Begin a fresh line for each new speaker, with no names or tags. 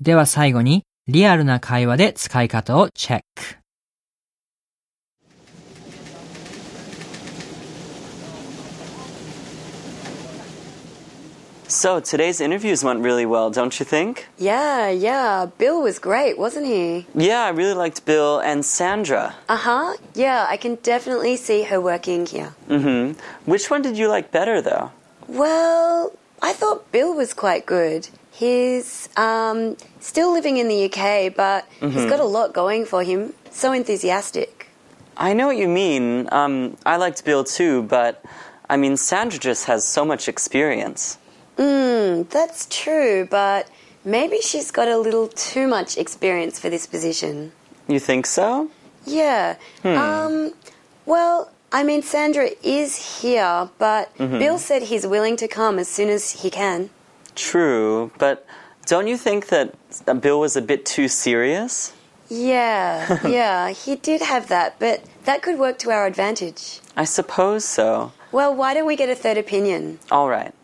では最後に、リアルな会話で使い方をチェック。
So today's interviews went really well, don't you think?
Yeah, yeah. Bill was great, wasn't he?
Yeah, I really liked Bill and Sandra.
Uh huh. Yeah, I can definitely see her working here.
Mm hmm. Which one did you like better, though?
Well, I thought Bill was quite good. He's um, still living in the UK, but he's got a lot going for him. So enthusiastic.
I know what you mean. Um, I liked Bill too, but I mean, Sandra just has so much experience.
Mm, that's true, but maybe she's got a little too much experience for this position.
You think so?
Yeah. Um, well, I mean, Sandra is here, but Bill said he's willing to come as soon as he can.
True, but don't you think that Bill was a bit too serious?
Yeah, yeah, he did have that, but that could work to our advantage.
I suppose so.
Well, why don't we get a third opinion?
All right.